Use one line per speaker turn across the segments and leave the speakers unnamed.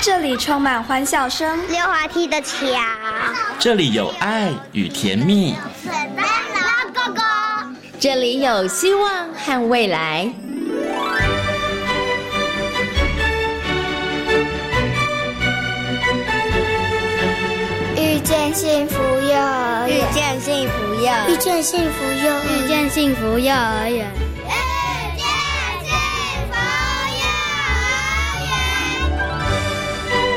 这里充满欢笑声，
溜滑梯的桥，
这里有爱与甜蜜，
水灯笼哥哥，
这里有希望和未来。
遇见幸福幼儿
遇
园，
见幸福幼儿
遇见幸福幼儿
遇见幸福幼儿园。
遇见幸福幼儿园。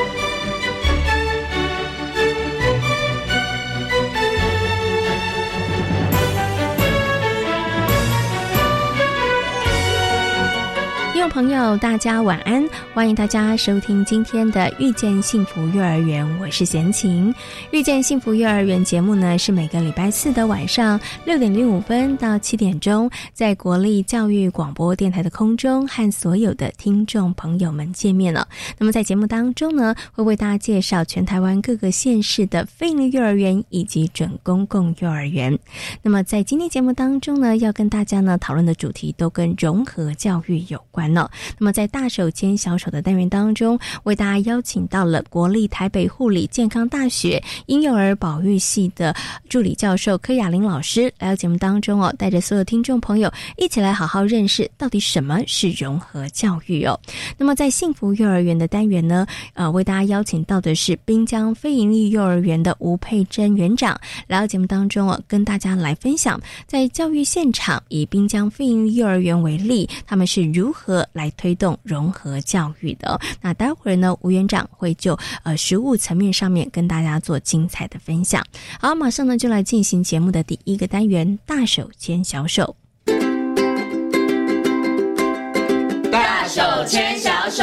听众朋友，大家晚安！欢迎大家收听今天的《遇见幸福幼儿园》，我是贤琴。《遇见幸福幼儿园》节目呢，是每个礼拜四的晚上六点零五分到七点钟，在国立教育广播电台的空中和所有的听众朋友们见面了。那么在节目当中呢，会为大家介绍全台湾各个县市的非营利幼儿园以及准公共幼儿园。那么在今天节目当中呢，要跟大家呢讨论的主题都跟融合教育有关了、那么在大手牵小手的单元当中，为大家邀请到了国立台北护理健康大学婴幼儿保育系的助理教授柯雅玲老师来到节目当中哦，带着所有听众朋友一起来好好认识到底什么是融合教育哦。那么在幸福幼儿园的单元呢，呃，为大家邀请到的是滨江非营利幼儿园的吴佩珍园长，来到节目当中哦，跟大家来分享在教育现场以滨江非营利幼儿园为例，他们是如何来推动融合教育的哦、那待会儿呢，吴园长会就呃实务层面上面跟大家做精彩的分享。好，马上呢就来进行节目的第一个单元——大手牵小手。
大
手牵小手。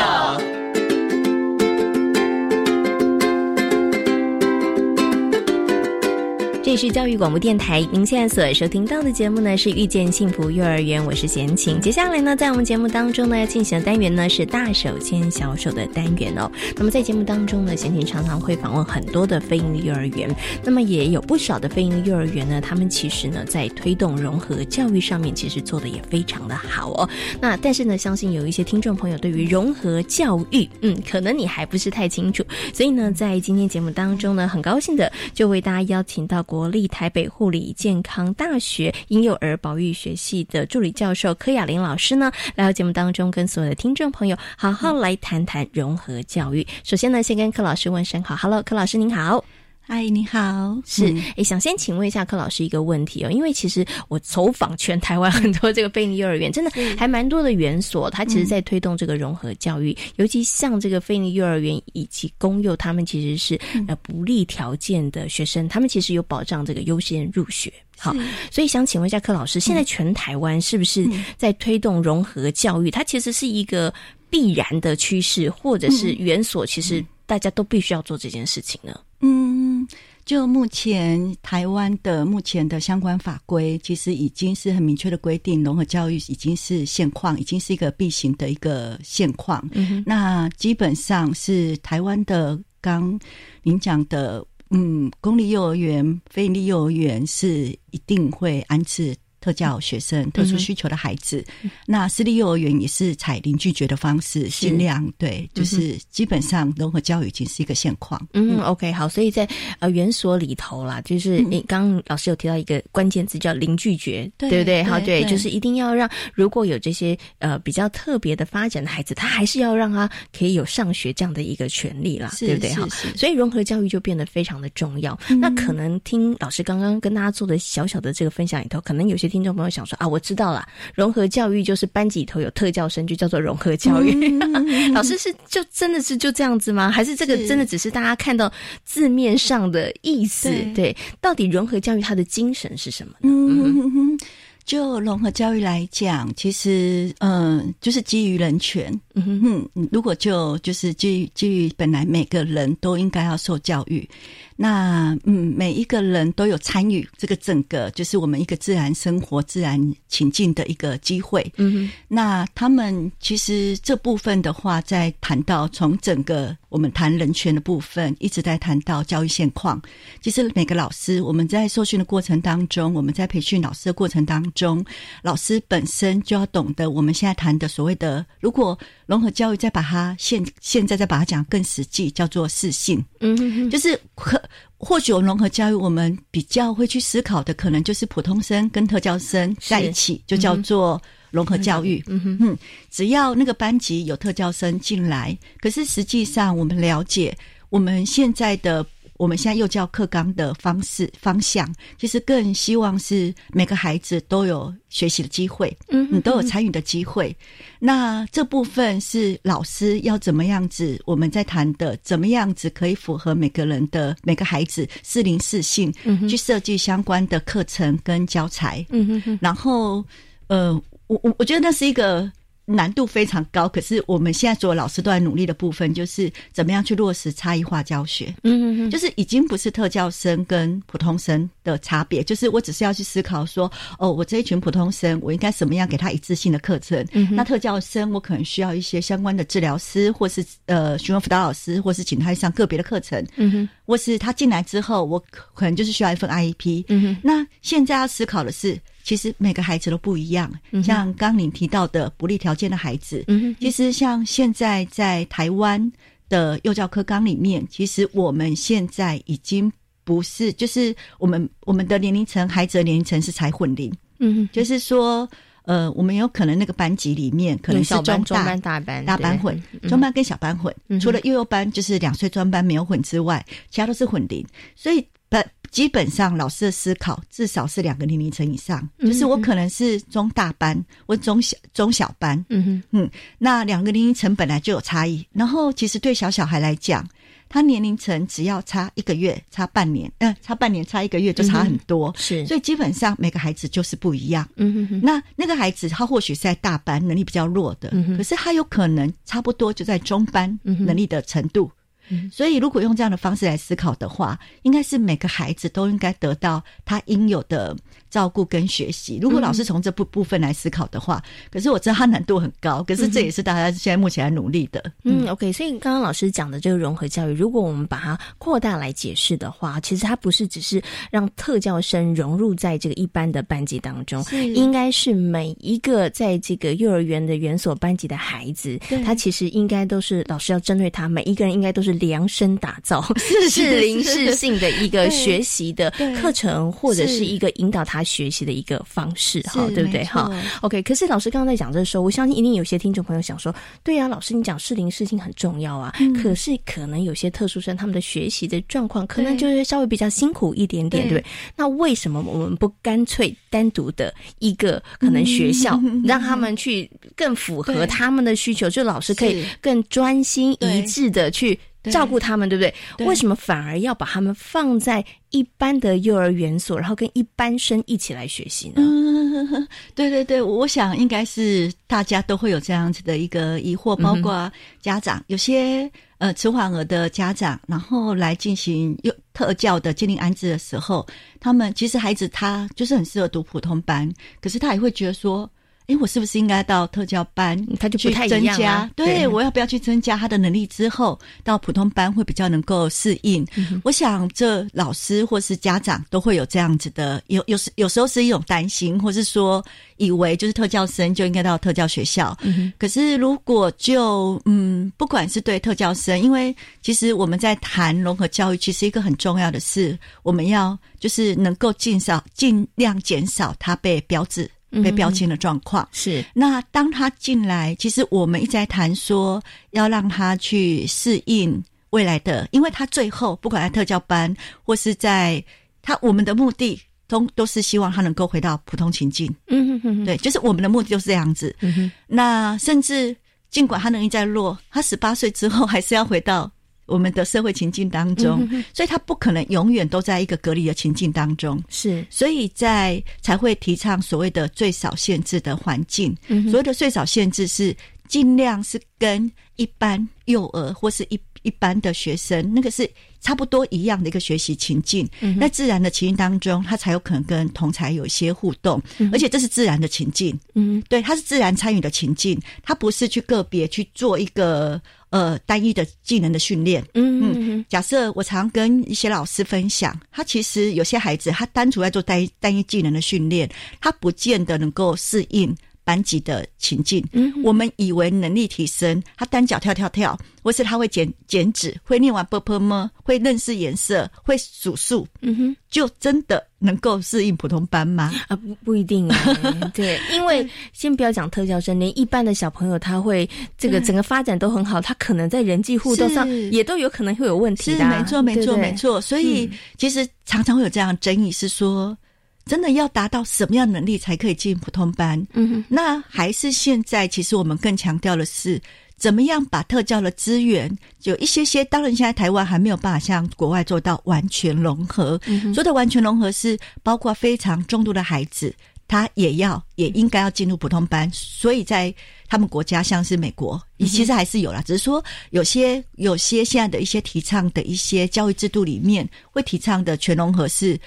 这里是教育广播电台，您现在所收听到的节目呢是《遇见幸福幼儿园》，我是贤琴。接下来呢，在我们节目当中呢要进行的单元呢是“大手牵小手”的单元哦。那么在节目当中呢，贤琴常常会访问很多的非营利幼儿园，那么也有不少的非营利幼儿园呢，他们其实呢在推动融合教育上面，其实做的也非常的好哦。那但是呢，相信有一些听众朋友对于融合教育，嗯，可能你还不是太清楚，所以呢，在今天节目当中呢，很高兴的就为大家邀请到国立台北护理健康大学婴幼儿保育学系的助理教授柯雅玲老师呢，来到节目当中跟所有的听众朋友好好来谈谈融合教育。首先呢，先跟柯老师问声好，Hello，柯老师您好。
嗨，你好，
是，诶，想先请问一下柯老师一个问题哦，因为其实我走访全台湾很多这个非营利幼儿园，真的还蛮多的园所，它其实在推动这个融合教育，尤其像这个非营利幼儿园以及公幼，他们其实是、呃不利条件的学生，他们其实有保障这个优先入学。好，所以想请问一下柯老师，现在全台湾是不是在推动融合教育？它其实是一个必然的趋势，或者是园所其实大家都必须要做这件事情呢？
嗯，就目前台湾的目前的相关法规，其实已经是很明确的规定，融合教育已经是现况，已经是一个必行的一个现况。嗯、那基本上是台湾的刚您讲的，嗯，公立幼儿园、非营利幼儿园是一定会安置。特教学生、特殊需求的孩子，那私立幼儿园也是采零拒绝的方式，尽量对，就是基本上融合教育已经是一个现况。
嗯，OK，好，嗯所以在呃园所里头啦，就是你刚刚老师有提到一个关键字叫零拒绝，
对
不对？好，对，
对对
就是一定要让如果有这些呃比较特别的发展的孩子，他还是要让他可以有上学这样的一个权利啦，
是
对不对？
是
哈，
是
所以融合教育就变得非常的重要。那可能听老师刚刚跟大家做的小小的这个分享里头，可能有些听众朋友想说啊，我知道啦，融合教育就是班级里头有特教生，就叫做融合教育。 老师是就真的是就这样子吗？还是这个
是
真的只是大家看到字面上的意思？
对
对，到底融合教育它的精神是什么呢？
嗯，就融合教育来讲，其实嗯、呃就是基于人权。
嗯哼
嗯，如果就就是基于基于本来每个人都应该要受教育，那嗯，每一个人都有参与这个整个就是我们一个自然生活、自然情境的一个机会。
嗯
那他们其实这部分的话，在谈到从整个我们谈人权的部分，一直在谈到教育现况。其实每个老师，我们在受训的过程当中，我们在培训老师的过程当中，老师本身就要懂得我们现在谈的所谓的，如果融合教育再把它现现在再把它讲更实际，叫做适性。
嗯哼哼，
就是可或许我们融合教育，我们比较会去思考的，可能就是普通生跟特教生在一起，就叫做融合教育。
嗯哼，
嗯，只要那个班级有特教生进来，可是实际上我们了解，我们现在的我们现在幼教课纲的方式方向，其实更希望是每个孩子都有学习的机会，
嗯哼
你都有参与的机会。那这部分是老师要怎么样子，我们在谈的怎么样子可以符合每个人的每个孩子适龄适性，去设计相关的课程跟教材。
嗯哼哼，
然后，呃，我我我觉得那是一个难度非常高，可是我们现在所有老师都在努力的部分，就是怎么样去落实差异化教学。
嗯哼哼，
就是已经不是特教生跟普通生的差别，就是我只是要去思考说，哦，我这一群普通生，我应该怎么样给他一致性的课程？
嗯
那特教生，我可能需要一些相关的治疗师，或是呃询问辅导老师，或是请他上个别的课程。
嗯哼，
或是他进来之后，我可能就是需要一份 IEP。
嗯哼，
那现在要思考的是，其实每个孩子都不一样。像刚您提到的不利条件的孩子，
嗯哼，
其实像现在在台湾的幼教课纲里面，其实我们现在已经不是，就是我们我们的年龄层，孩子的年龄层是才混龄，
嗯哼，
就是说，呃，我们有可能那个班级里面可能是
小班、
中
中
大
班、大班、
大班
嗯对
混，
嗯
中班跟小班混，
嗯
除了幼幼班就是两岁专班没有混之外，其他都是混龄，所以本基本上老师的思考至少是两个年龄层以上，
嗯
就是我可能是中大班或中小中小班，
嗯哼，
那两个年龄层本来就有差异，然后其实对小小孩来讲，他年龄层只要差一个月、差半年，呃，差半年、差一个月就差很多，
是，
所以基本上每个孩子就是不一样。
嗯哼哼，
那那个孩子他或许是在大班能力比较弱的，
嗯哼
可是他有可能差不多就在中班
嗯哼
能力的程度。
嗯
所以，如果用这样的方式来思考的话，应该是每个孩子都应该得到他应有的照顾跟学习。如果老
嗯
师从这部部分来思考的话，可是我知道它难度很高，可是这也是大家现在目前在努力的。
嗯，OK，所以刚刚老师讲的这个融合教育，如果我们把它扩大来解释的话，其实它不是只是让特教生融入在这个一般的班级当中，应该是每一个在这个幼儿园的园所班级的孩子，他其实应该都是老师要针对他每一个人，应该都是量身打造适龄适性的一个学习的课程，或者是一个引导他学习的一个方式，哈，
是
对不对？
没
哈
错，
OK，可是老师刚刚在讲这个时候，我相信一定有些听众朋友想说，对呀、老师你讲适龄适性很重要啊，
嗯
可是可能有些特殊生他们的学习的状况可能就是稍微比较辛苦一点点，对不对？那为什么我们不干脆单独的一个可能学校、
嗯
让他们去更符合
对
他们的需求，就老师可以
是
更专心一
对
致的去
对
照顾他们，对不对？
对
为什么反而要把他们放在一般的幼儿园所，然后跟一般生一起来学习呢？
嗯， 对对对，我想应该是大家都会有这样子的一个疑惑，包
嗯
括家长，有些呃迟缓儿的家长，然后来进行幼特教的鉴定安置的时候，他们其实孩子他就是很适合读普通班，可是他也会觉得说。诶，我是不是应该到特教班？
嗯他就不
去
太一
增
样
加，
啊
对
对
我要不要去增加他的能力之后，到普通班会比较能够适应。我想这老师或是家长都会有这样子的，有有时有时候是一种担心，或是说以为就是特教生就应该到特教学校。可是如果就嗯，不管是对特教生，因为其实我们在谈融合教育，其实一个很重要的是，我们要就是能够尽少尽量减少他被标志。被标签的状况，
是，
那当他进来，其实我们一直在谈说要让他去适应未来的，因为他最后不管在特教班或是在他，我们的目的都都是希望他能够回到普通情境。
嗯哼哼哼。
对，就是我们的目的就是这样子。
嗯哼
那甚至尽管他能力再弱，他十八岁之后还是要回到我们的社会情境当中，
嗯
所以他不可能永远都在一个隔离的情境当中。
是，
所以在才会提倡所谓的最少限制的环境。所谓的最少限制是尽量是跟一般幼儿或是一一般的学生，那个是差不多一样的一个学习情境。那自然的情境当中，他才有可能跟同才有一些互动，而且这是自然的情境。
嗯，
对，它是自然参与的情境，它不是去个别去做一个呃单一的技能的训练。
嗯嗯
假设我常跟一些老师分享，他其实有些孩子他单独在做单一单一技能的训练，他不见得能够适应。班级的情境。嗯，我们以为能力提升，他单脚跳跳跳，或是他会减减脂，会念完 b p m，会认识颜色，会数数，嗯哼，就真的能够适应普通班吗？
啊，不不一定、 欸，对，因为
嗯
先不要讲特教生，连一般的小朋友，他会这个整个发展都很好，他可能在人际互动上
嗯是
也都有可能会有问题
是
的啊、
没错，没
对
错，嗯
不对
没。错。所以其实常常会有这样的争议，是说真的要达到什么样的能力才可以进普通班？嗯，那还是现在其实我们更强调的是。怎么样把特教的资源有一些些？当然，现在台湾还没有办法像国外做到完全融合。说的完全融合是包括非常重度的孩子，他也要也应该要进入普通班。所以在他们国家，像是美国，也其实还是有啦，只是说有些有些现在的一些提倡的一些教育制度里面，会提倡的全融合是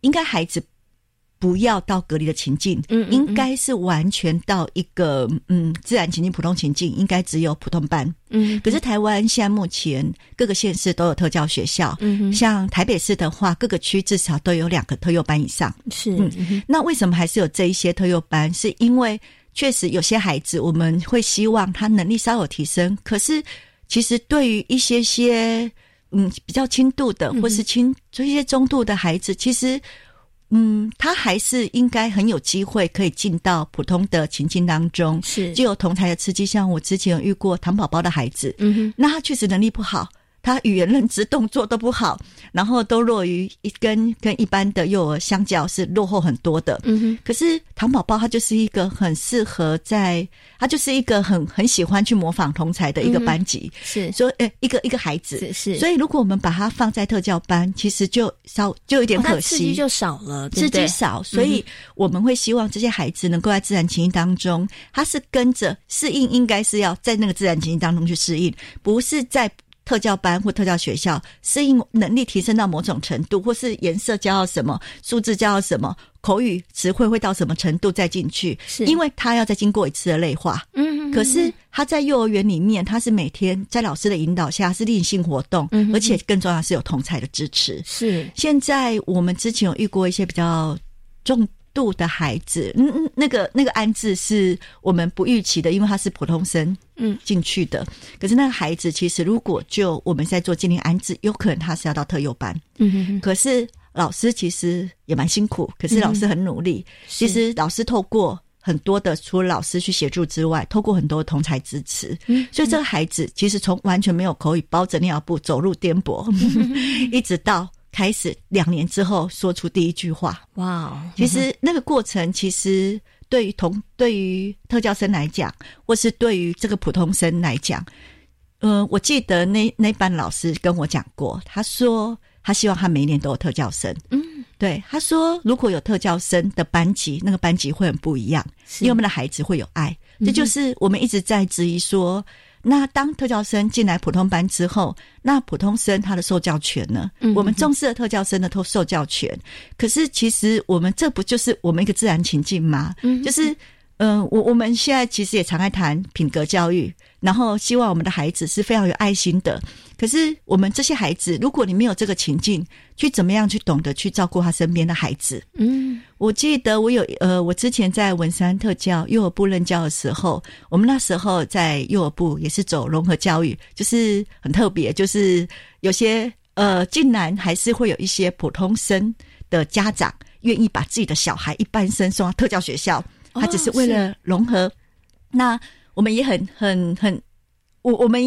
应该孩子。不要到隔离的情境，
嗯嗯嗯
应该是完全到一个嗯自然情境、普通情境，应该只有普通班。
嗯
可是台湾现在目前各个县市都有特教学校，
嗯哼，
像台北市的话，各个区至少都有两个特幼班以上。
是，
嗯
嗯哼
那为什么还是有这一些特幼班？是因为确实有些孩子，我们会希望他能力稍有提升，可是其实对于一些些嗯比较轻度的，或是轻就一些中度的孩子，其实。嗯，他还是应该很有机会可以进到普通的情境当中，
是
就有同台的刺激。像我之前有遇过糖宝宝的孩子，
嗯哼，
那他确实能力不好，他语言认知、动作都不好，然后都落于一跟跟一般的幼儿相较是落后很多的。
嗯哼，
可是糖宝宝他就是一个很适合在，他就是一个很很喜欢去模仿同才的一个班级，
是
所以呃一个一个孩子。
嗯是是，
所
以
以如果我们把他放在特教班，其实就稍就有点
它
可
哦刺
惜，
激就少了，对嗯
刺
不对
激？少，所嗯以我们会希望这些孩子能够在自然情境当中，他是跟着适应，应该是要在那个自然情境当中去适应，不是在特教班或特教学校适应能力提升到某种程度，或是颜色教到什么，数字教到什么，口语词汇会到什么程度再进去，
是
因为他要再经过一次的内化。
嗯，嗯
可是他在幼儿园里面，他是每天在老师的引导下是例行活动，
嗯
而且更重要的是有同才的支持。
是
现在我们之前有遇过一些比较重度的孩子，嗯嗯，那个那个安置是我们不预期的，因为他是普通生，
嗯，
进去的。可是那个孩子其实如果就我们在做精灵安置，有可能他是要到特幼班，
嗯哼哼
可是老师其实也蛮辛苦，可是老师很努力。其实老师透过很多的，除了老师去协助之外，透过很多同才支持，所以这个孩子其实从完全没有口语，包着尿布走路颠簸，一直到开始两年之后说出第一句话。
哇哦，
其实那个过程，其实对于同对于特教生来讲，或是对于这个普通生来讲，呃，我记得那那班老师跟我讲过，他说他希望他每一年都有特教生。嗯，对，他说如果有特教生的班级，那个班级会很不一样，因为我们的孩子会有爱。这就是我们一直在质疑说。那当特教生进来普通班之后，那普通生他的受教权呢？我们重视了特教生的受受教权，可是其实我们这不就是我们一个自然情境吗？就是嗯、呃我我们现在其实也常爱谈品格教育，然后希望我们的孩子是非常有爱心的。可是我们这些孩子，如果你没有这个情境，去怎么样去懂得去照顾他身边的孩子？
嗯，
我记得我有呃，我之前在文山特教幼儿部任教的时候，我们那时候在幼儿部也是走融合教育，就是很特别，就是有些呃，竟然还是会有一些普通生的家长愿意把自己的小孩一般生送到特教学校，他只是为了融合。那我们也很很很，我我们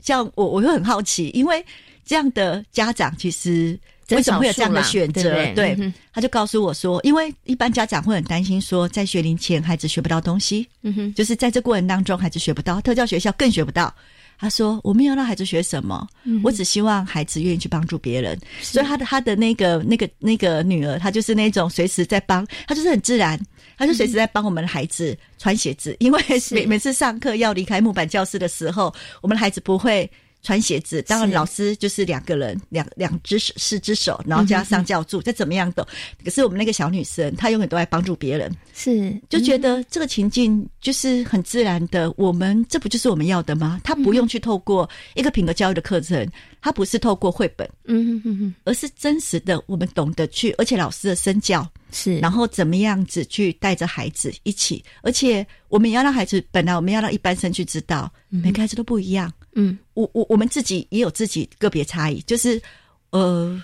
像我我会很好奇，因为这样的家长其实
真
为什么会有
少数
这样的
啦
选择？
对不对嗯哼
他就告诉我说，因为一般家长会很担心说，在学龄前孩子学不到东西，
嗯哼，
就是在这过程当中孩子学不到，特教学校更学不到。他说：“我没有让孩子学什么，我只希望孩子愿意去帮助别人。所以他的他的那个那个那个女儿，她就是那种随时在帮，她就是很自然，她就随时在帮我们的孩子穿鞋子。因为每每次上课要离开木板教室的时候，我们的孩子不会穿鞋子。当然，
是
老师就是两个人，两两只手四只手，然后加上教助，再怎么样的。可是我们那个小女生，她永远都在帮助别人。
是
就觉得这个情境就是很自然的，我们这不就是我们要的吗？他不用去透过一个品格教育的课程，他不是透过绘本，
嗯哼哼哼，
而是真实的，我们懂得去，而且老师的身教，
是，
然后怎么样子去带着孩子一起，而且我们也要让孩子，本来我们要让一般生去知道，每个孩子都不一样。
嗯
我我我们自己也有自己个别差异，就是呃，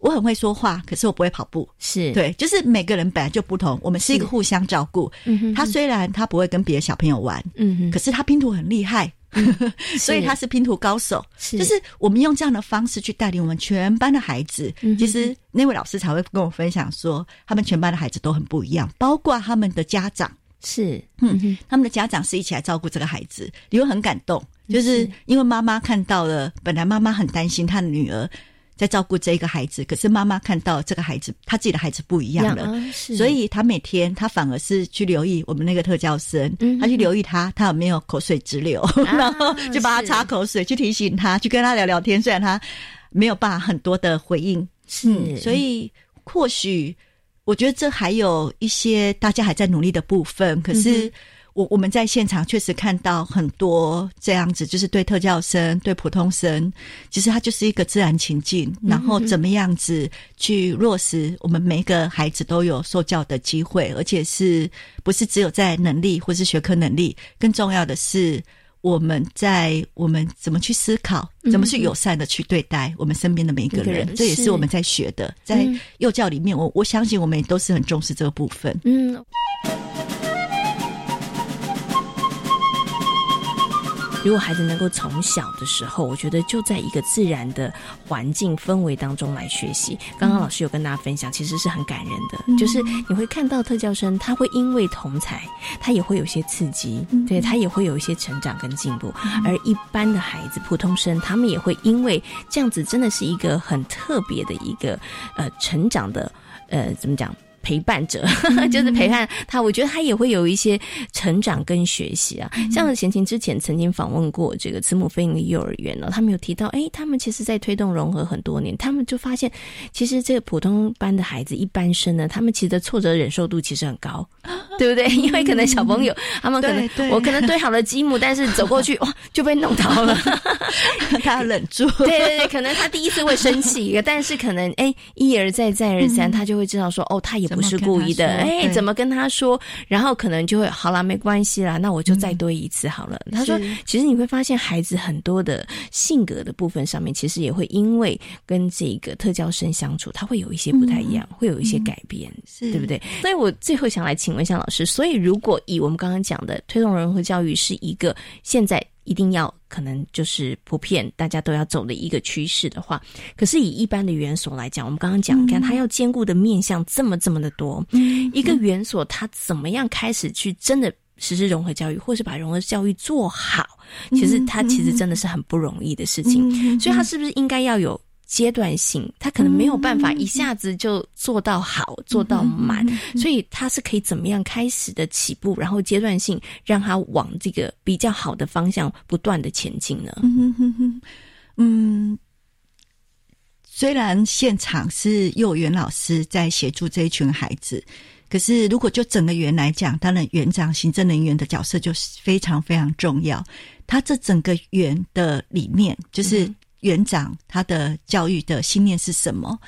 我很会说话，可是我不会跑步。
是，
对，就是每个人本来就不同，我们是一个互相照顾。
嗯哼
他虽然他不会跟别的小朋友玩，
嗯哼，
可是他拼图很厉害， 所以他是拼图高手。
是
就是我们用这样的方式去带领我们全班的孩子。
嗯哼
其实那位老师才会跟我分享说，他们全班的孩子都很不一样，包括他们的家长。
是，
嗯，他们的家长是一起来照顾这个孩子，你会很感动，
嗯
就是因为妈妈看到了，本来妈妈很担心她的女儿在照顾这一个孩子，可是妈妈看到这个孩子，她自己的孩子不一样了，
啊是
所以她每天她反而是去留意我们那个特教生，
嗯啊
她去留意他，他有没有口水直流， 然后就帮他擦口水，去提醒他，去跟他聊聊天，虽然他没有办法很多的回应，
是，
嗯所以或许我觉得这还有一些大家还在努力的部分，可
嗯
是我我们在现场确实看到很多这样子，就是对特教生、对普通生，其实它就是一个自然情境，
嗯
然后怎么样子去落实我们每一个孩子都有受教的机会，而且是不是只有在能力或是学科能力，更重要的是。我们在我们怎么去思考，怎么去友善的去对待我们身边的每一个
嗯每个
人，
人
这也是
是
我们在学的，在幼教里面，我我相信我们也都是很重视这个部分。
嗯。如果孩子能够从小的时候，我觉得就在一个自然的环境氛围当中来学习。刚刚老师有跟大家分享，其实是很感人的，就是你会看到特教生，他会因为同才，他也会有一些刺激，对他也会有一些成长跟进步。而一般的孩子，普通生，他们也会因为这样子，真的是一个很特别的一个呃成长的呃怎么讲？陪伴者，
嗯
就是陪伴他，我觉得他也会有一些成长跟学习啊。
嗯
像贤琴之前曾经访问过这个慈母飞鹰幼儿园呢、他们有提到，哎，他们其实在推动融合很多年，他们就发现，其实这个普通班的孩子一般生呢，他们其实的挫折忍受度其实很 高，对不对？因为可能小朋友他们可能
嗯对对
我可能对好了积木，但是走 过去哇就被弄倒了，
他要忍住，
对对对，可能他第一次会生气，但是可能哎一而再再而三，他就会知道说哦，他也不是故意的，
嗯怎么跟他说
哎，
对
怎么跟他说？然后可能就会好啦，没关系啦，那我就再堆一次好了。
嗯
他说，其实你会发现孩子很多的性格的部分上面，其实也会因为跟这个特教生相处，他会有一些不太一
嗯
样，会有一些改变，
是
对不对？所以我最后想来请问一下老师，所以如果以我们刚刚讲的推动融合教育是一个现在一定要可能就是普遍大家都要走的一个趋势的话，可是以一般的园所来讲，我们刚刚讲，你看它要兼顾的面向这么这么的多，一个园所它怎么样开始去真的。实施融合教育，或是把融合教育做好，其实它其实真的是很不容易的事情。
嗯
所以
嗯
它是不是应该要有阶段性？它可能没有办
嗯
法一下子就做到好、做到满，
嗯
所以它是可以怎么样开始的起步，然后阶段性让它往这个比较好的方向不断的前进呢？
嗯，虽然现场是幼儿园老师在协助这一群孩子，可是如果就整个园来讲，当然园长、行政人员的角色就是非常非常重要。他这整个园的理念，就是园长他的教育的信念是什么？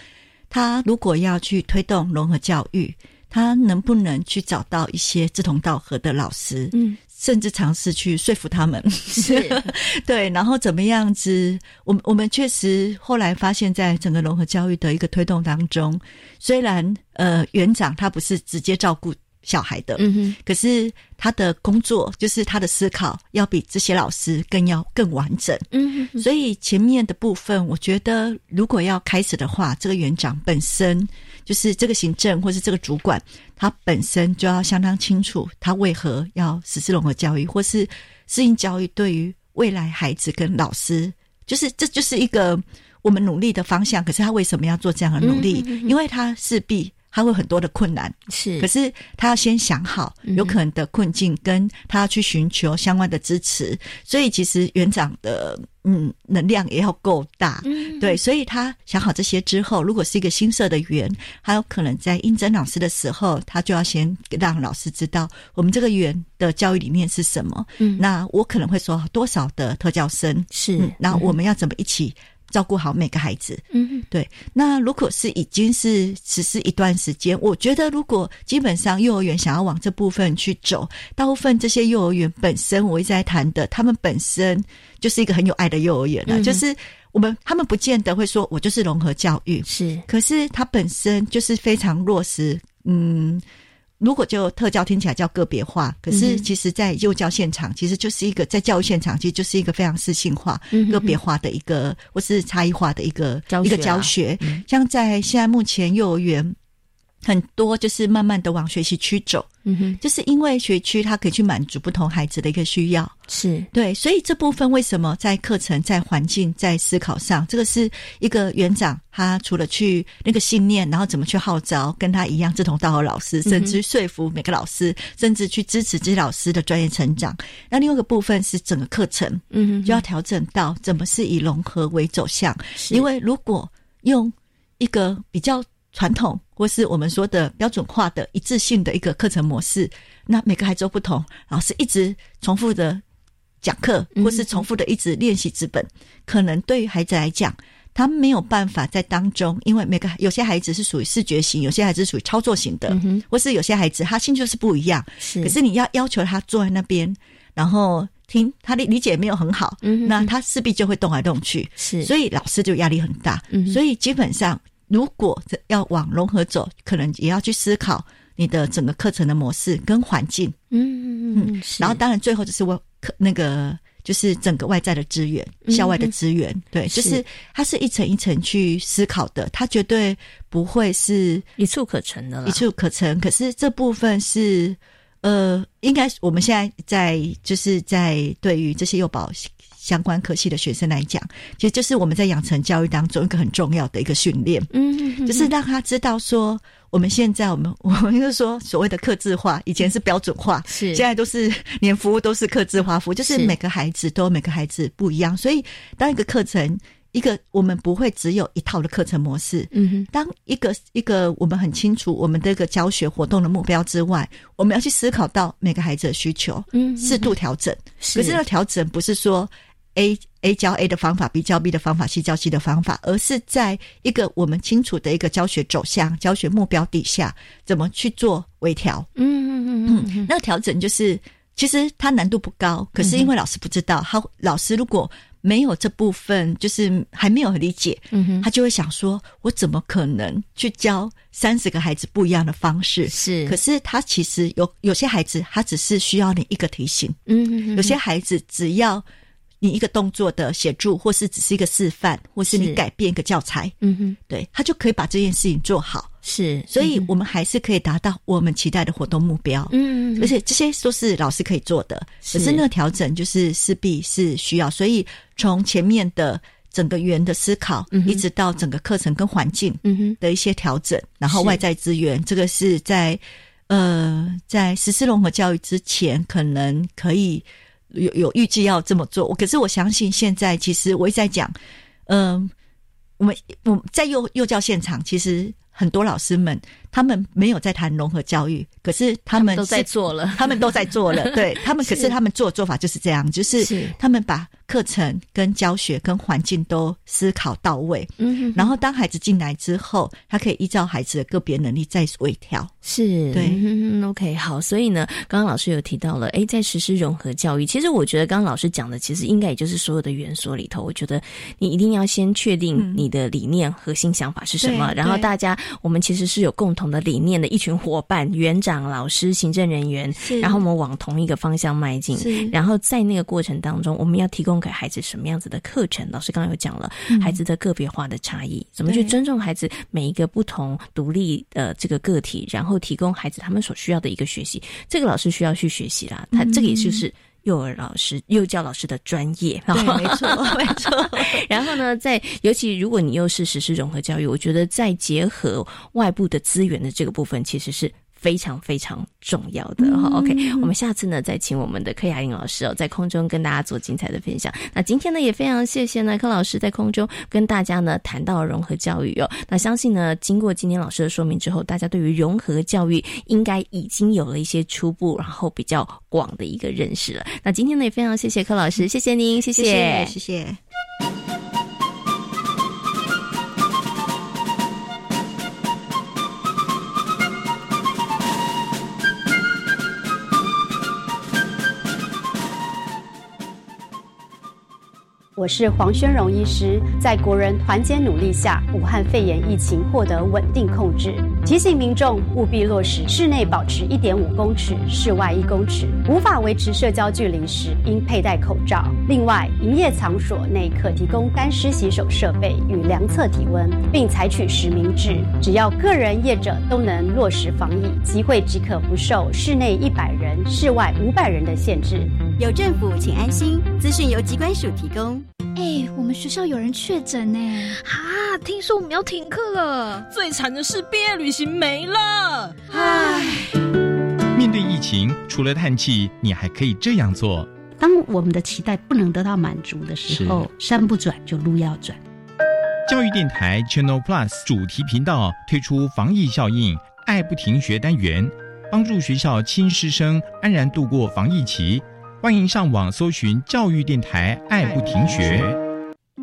他如果要去推动融合教育，他能不能去找到一些志同道合的老师？
嗯，
甚至尝试去说服他们，
是
对，然后怎么样子？我们我们确实后来发现，在整个融合教育的一个推动当中，虽然呃园长他不是直接照顾小孩的，
嗯哼，
可是他的工作就是他的思考要比这些老师更要更完整。
嗯哼，
所以前面的部分，我觉得如果要开始的话，这个园长本身就是这个行政或是这个主管，他本身就要相当清楚他为何要实施融合教育或是适应教育对于未来孩子跟老师，就是这就是一个我们努力的方向。可是他为什么要做这样的努力？
嗯
因为他势必他会有很多的困难，
嗯
是，嗯
可是他要先想好有可能的困境，跟他要去寻求相关的支持。所以其实园长的嗯能量也要够大，
嗯
对，所以他想好这些之后，如果是一个新设的园，他有可能在应征老师的时候，他就要先让老师知道我们这个园的教育理念是什么。
嗯
那我可能会说多少的特教生，
是嗯
嗯，那我们要怎么一起照顾好每个孩子。
嗯
对，那如果是已经是实施一段时间，我觉得如果基本上幼儿园想要往这部分去走，大部分这些幼儿园本身，我一直在谈的，他们本身就是一个很有爱的幼儿园了、啊
嗯
就是我们他们不见得会说我就是融合教育，
是，
可是它本身就是非常落实，嗯。如果就特教听起来叫个别化，可
嗯
是其实，在幼教现场，其实就是一个在教育现场，其实就是一个非常适性化、
嗯哼哼
个别化的一个，或是差异化的一个
教
一
学啊
个教学。像在现在目前幼儿园，很多就是慢慢的往学习区走，
嗯哼，
就是因为学区它可以去满足不同孩子的一个需要。
是，
对，所以这部分为什么在课程、在环境、在思考上，这个是一个园长他除了去那个信念，然后怎么去号召跟他一样志同道合的老师，甚至说服每个老师，甚至去支持这些老师的专业成长。那另外一个部分是整个课程
嗯哼，
就要调整到怎么是以融合为走向，
是
因为如果用一个比较传统或是我们说的标准化的一致性的一个课程模式，那每个孩子都不同，老师一直重复的讲课，或是重复的一直练习纸本，可能对于孩子来讲。他没有办法在当中，因为每个有些孩子是属于视觉型，有些孩子是属于操作型的，或是有些孩子他兴趣就是不一样。
是，
可是你要要求他坐在那边，然后听他的理解没有很好，
嗯哼
那他势必就会动来动去。
是，
所以老师就压力很大。
嗯哼
所以基本上，如果这要往融合走，可能也要去思考你的整个课程的模式跟环境，
嗯嗯嗯嗯，是
然后当然最后就是我课那个。就是整个外在的资源，
嗯
校外的资源，对，
是
就是它是一层一层去思考的，它绝对不会是
一触可成的了
一。触可成。可是这部分是，呃，应该是我们现在在就是在对于这些幼保相关科系的学生来讲，其实就是我们在养成教育当中一个很重要的一个训练，
嗯嗯
就是让他知道说，我们现在我们我们就说所谓的克制化，以前是标准化，
是
现在都是 连服务都是客制化服务，就是
是
每个孩子都有每个孩子不一样，所以当一个课程。一个我们不会只有一套的课程模式，
嗯哼
当一个一个我们很清楚我们这个教学活动的目标之外，我们要去思考到每个孩子的需求，
嗯嗯
适度调整。
是
可是呢，调整不是说 A A 教 A 的方法，B 教 B 的方法，C 教 C 的方法，而是在一个我们清楚的一个教学走向、教学目标底下，怎么去做微调。
嗯嗯嗯嗯
嗯，那个调整就是，其实它难度不高，可是因为老师不知道，他老师如果没有这部分，就是还没有理解，
嗯哼
他就会想说，我怎么可能去教三十个孩子不一样的方式？
是，
可是他其实有有些孩子，他只是需要你一个提醒，
嗯嗯嗯
有些孩子只要你一个动作的协助，或是只是一个示范，或是
是
你改变一个教材，
嗯哼
对他就可以把这件事情做好。
是，
所以我们还是可以达到我们期待的活动目标。
嗯嗯
而且这些都是老师可以做的，
是
可是那个调整就是势必是需要，所以从前面的整个圆的思考，一直到整个课程跟环境
嗯哼
的一些调整，然后
是
外在资源，这个是在呃在实施融合教育之前，可能可以有有预计要这么做。我可是我相信现在其实我一直在讲，嗯、我们我们在幼幼教现场，其实很多老师们他们没有在谈融合教育，可是他们
都在
是
做 了，
他们都在做了，对他们，可是他们做的做法就是这样，就是
是
他们把课程、跟教学、跟环境都思考到位，
嗯
然后当孩子进来之后，他可以依照孩子的个别能力再微调。
是
对
嗯，OK，好，所以呢，刚刚老师有提到了，诶，在实施融合教育，其实我觉得刚刚老师讲的，其实应该也就是所有的元素里头，我觉得你一定要先确定你的理念、核心想法是什么，
嗯对
然后
对
大家我们其实是有共同的理念的一群伙伴，园长、老师、行政人员，
是
然后我们往同一个方向迈进，
是
然后在那个过程当中，我们要提供给孩子什么样子的课程？老师刚刚有讲了，孩子的个别化的差异，怎么去
嗯对
尊重孩子每一个不同独立的这个个体，然后提供孩子他们所需要的一个学习。这个老师需要去学习啦，
嗯
他这个也就是幼儿老师、幼教老师的专业。
对，没错，没错，
然后呢，在尤其如果你又是实施融合教育，我觉得再结合外部的资源的这个部分，其实是。非常非常重要的哈、OK，我们下次呢再请我们的柯雅玲老师哦，在空中跟大家做精彩的分享。那今天呢也非常谢谢呢柯老师在空中跟大家呢谈到融合教育哦。那相信呢经过今天老师的说明之后，大家对于融合教育应该已经有了一些初步，然后比较广的一个认识了。那今天呢也非常谢谢柯老师，谢谢您，谢
谢谢，谢谢。
我是黄宣荣医师。在国人团结努力下，武汉肺炎疫情获得稳定控制。提醒民众务必落实室内保持一点五公尺，室外一公尺。无法维持社交距离时，应佩戴口罩。另外，营业场所内可提供干湿洗手设备与量测体温，并采取实名制。只要个人业者都能落实防疫，集会即可不受室内一百人、室外五百人的限制。
有政府，请安心。资讯由机关署提供。
哎，我们学校有人确诊呢！
啊，听说我们要停课了。
最惨的是毕业旅行没了。
唉，面对疫情，除了叹气，你还可以这样做：
当我们的期待不能得到满足的时候，山不转就路要转。
教育电台 Channel Plus 主题频道推出防疫效应“爱不停学”单元，帮助学校亲师生安然度过防疫期。欢迎上网搜寻教育电台，爱不停学。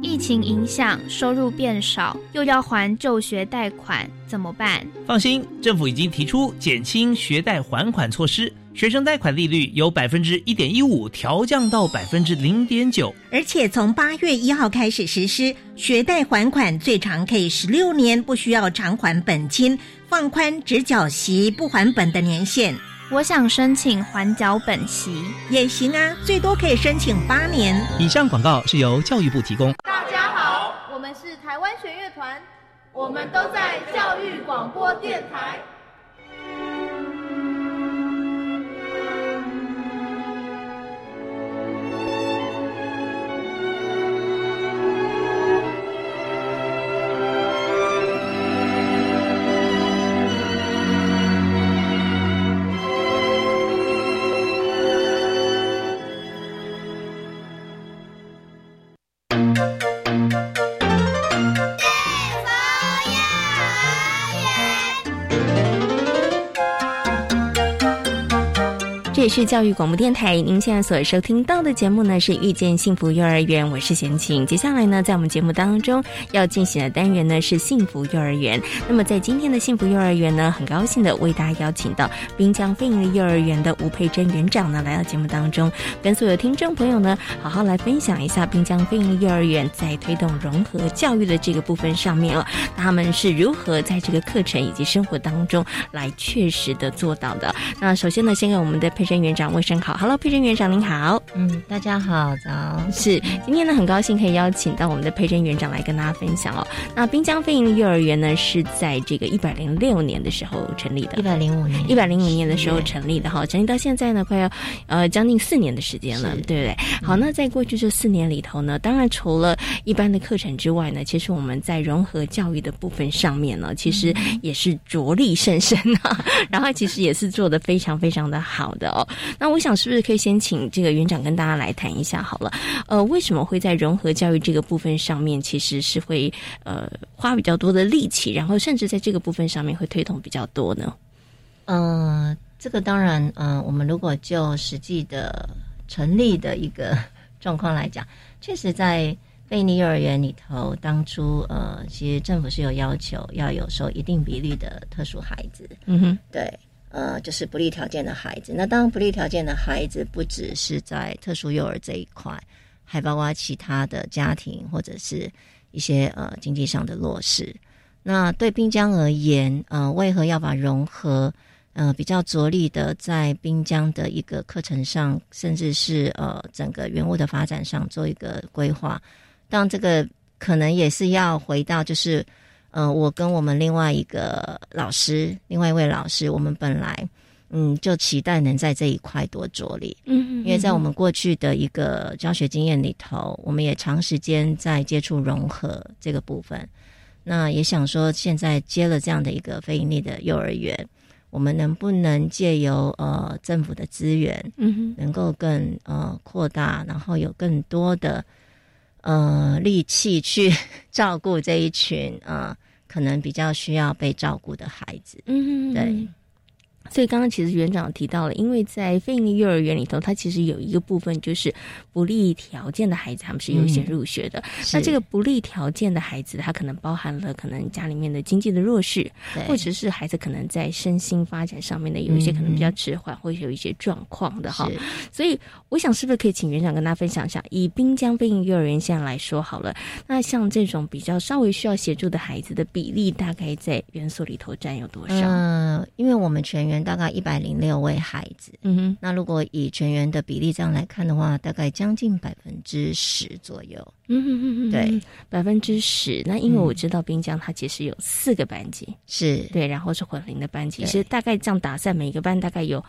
疫情影响，收入变少，又要还就学贷款，怎么办？
放心，政府已经提出减轻学贷还款措施，学生贷款利率由百分之一点一五调降到百分之零点九，
而且从八月一号开始实施，学贷还款最长可以十六年，不需要偿还本金，放宽只缴息不还本的年限。
我想申请缓缴本息
也行啊，最多可以申请八年。
以上广告是由教育部提供。
大家好，我们是台湾弦乐团，我们都在教育广播电台。
这也是教育广播电台，您现在所收听到的节目呢是《遇见幸福幼儿园》，我是贤琴。接下来呢，在我们节目当中要进行的单元呢是幸福幼儿园。那么在今天的幸福幼儿园呢，很高兴的为大家邀请到滨江飞营幼儿园的吴佩珍园长呢来到节目当中，跟所有听众朋友呢好好来分享一下滨江飞营幼儿园在推动融合教育的这个部分上面哦，他们是如何在这个课程以及生活当中来确实的做到的。那首先呢，先给我们的佩。郑园长卫生好，Hello，佩珍园长您好，
嗯，大家好，早
是今天呢，很高兴可以邀请到我们的佩珍园长来跟大家分享哦。那滨江飞营幼儿园呢，是在这个一百零六年的时候成立的，
一百零五年，
一百零五年的时候成立的哈，成立到现在呢，快要呃将近四年的时间了，对不对？
嗯
好，那在过去这四年里头呢，当然除了一般的课程之外呢，其实我们在融合教育的部分上面呢，其实
嗯
也是着力甚深啊， 然后其实也是做的非常非常的好的、哦。那我想是不是可以先请这个园长跟大家来谈一下好了？呃，为什么会在融合教育这个部分上面，其实是会呃花比较多的力气，然后甚至在这个部分上面会推动比较多呢？
嗯、呃，这个当然，嗯、呃，我们如果就实际的成立的一个状况来讲，确实在贝尼幼儿园里头，当初呃，其实政府是有要求要有收一定比例的特殊孩子，
嗯哼，
对。呃，就是不利条件的孩子。那当然，不利条件的孩子不只是在特殊幼儿这一块，还包括其他的家庭或者是一些呃经济上的弱势。那对滨江而言，呃，为何要把融合，呃，比较着力的在滨江的一个课程上，甚至是呃整个园物的发展上做一个规划？当然，这个可能也是要回到就是。呃，我跟我们另外一个老师，另外一位老师，我们本来嗯就期待能在这一块多着力，
嗯,嗯,嗯，
因为在我们过去的一个教学经验里头，我们也长时间在接触融合这个部分。那也想说，现在接了这样的一个非盈利的幼儿园，我们能不能借由呃政府的资源，
嗯，
能够更呃扩大，然后有更多的。呃，力气去 照顾这一群呃，可能比较需要被照顾的孩子。
嗯，
对。
所以刚刚其实园长提到了，因为在非营利幼儿园里头，它其实有一个部分就是不利条件的孩子，他们是优先入学的。嗯、那这个不利条件的孩子，他可能包含了可能家里面的经济的弱势，或者是孩子可能在身心发展上面的有一些可能比较迟缓，或者有一些状况的哈。所以我想是不是可以请园长跟大家分享一下，以滨江非营幼儿园现在来说好了，那像这种比较稍微需要协助的孩子的比例，大概在园所里头占有多少？
嗯、呃，因为我们全园。大概一百零六位孩子，
嗯哼，
那如果以全员的比例这样来看的话，大概将近百分之十左右，
嗯哼哼哼，
对，
百分之十。那因为我知道滨江它其实有四个班级，
是、
嗯、对，然后是混龄的班级，是大概这样打散，每个班大概有